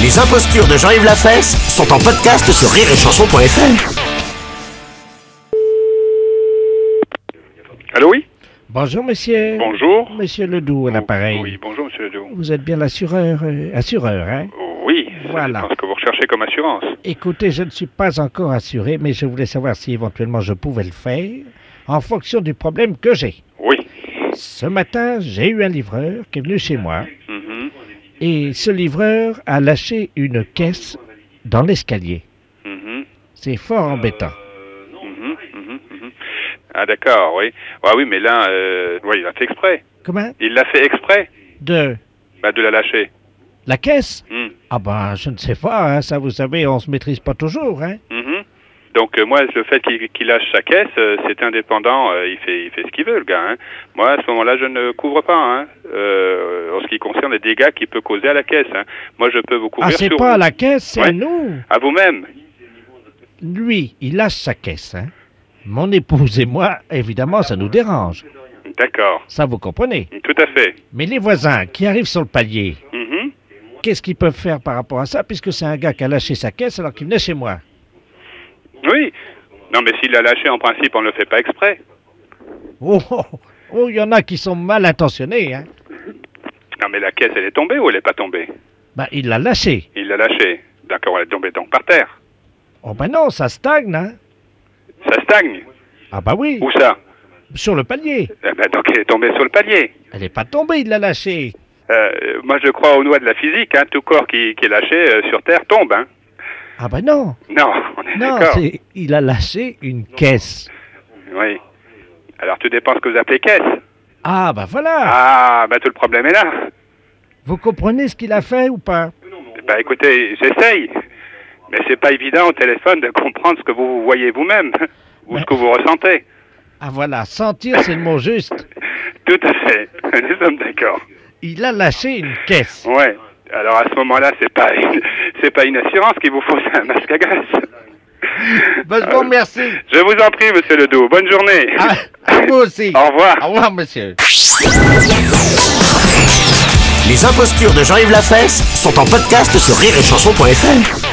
Les impostures de Jean-Yves Lafesse sont en podcast sur rire et chanson.fr. Allô, oui Bonjour, monsieur. Bonjour. Monsieur Ledoux, à l'appareil. Oui, bonjour, monsieur Ledoux. Vous êtes bien l'assureur, euh, assureur, hein Oui, Voilà. c'est ce que vous recherchez comme assurance. Écoutez, je ne suis pas encore assuré, mais je voulais savoir si éventuellement je pouvais le faire en fonction du problème que j'ai. Oui. Ce matin, j'ai eu un livreur qui est venu chez moi Mhm, et ce livreur a lâché une caisse dans l'escalier. mhm, C'est fort embêtant. mhm, mhm, mhm. Ah, d'accord, oui. Ah, oui, mais là, euh, ouais, il l'a fait exprès. Comment Il l'a fait exprès De bah, de la lâcher. la caisse Hmm, Ah ben, je ne sais pas, hein, ça vous savez, on se maîtrise pas toujours, hein mhm. Donc, euh, moi, le fait qu'il qu'il lâche sa caisse, euh, c'est indépendant. euh, il, fait, il fait ce qu'il veut, le gars. hein. Moi, à ce moment-là, je ne couvre pas hein, euh, en ce qui concerne les dégâts qu'il peut causer à la caisse. hein. Moi, je peux vous Ah, couvrir c'est sur pas à la caisse, c'est à Ouais. nous à vous-même. Lui, il lâche sa caisse. Hein. Mon épouse et moi, évidemment, ça nous dérange. D'accord, Ça, vous comprenez. tout à fait. Mais les voisins qui arrivent sur le palier, Mhm. qu'est-ce qu'ils peuvent faire par rapport à ça, puisque c'est un gars qui a lâché sa caisse alors qu'il venait chez moi Oui. Non, mais s'il l'a lâché, en principe, on ne le fait pas exprès. Oh, oh, oh, il y en a qui sont mal intentionnés. Hein. Non, mais la caisse, elle est tombée ou elle n'est pas tombée Ben, il l'a lâché. Il l'a lâchée. D'accord, elle est tombée donc par terre. Oh ben non, ça stagne, hein Ça stagne. Ah bah oui, Où ça sur le palier. Eh ben, Donc, elle est tombée sur le palier. Elle n'est pas tombée, il l'a lâché. Euh, moi, je crois aux lois de la physique. Hein. Tout corps qui, qui est lâché euh, sur terre tombe. Hein. Ah ben non, Non, on est non, d'accord. c'est- il a lâché une caisse. Oui. Alors, tout dépend ce que vous appelez caisse. Ah ben voilà, Ah, ben, tout le problème est là. vous comprenez ce qu'il a fait ou pas Ben, écoutez, j'essaye. Mais c'est pas évident au téléphone de comprendre ce que vous voyez vous-même ou ce Mais- que vous ressentez. Ah voilà, sentir, c'est le mot juste. Tout à fait. Nous sommes d'accord. Il a lâché une caisse. Ouais. Alors à ce moment-là, c'est pas une, c'est pas une assurance qu'il vous faut, c'est un masque à gaz. Bon, Bah, je vous remercie. Je vous en prie, monsieur Ledoux. Bonne journée. Ah, à vous aussi. Au revoir. Au revoir, monsieur. Les impostures de Jean-Yves Lafesse sont en podcast sur rire et chanson.fr.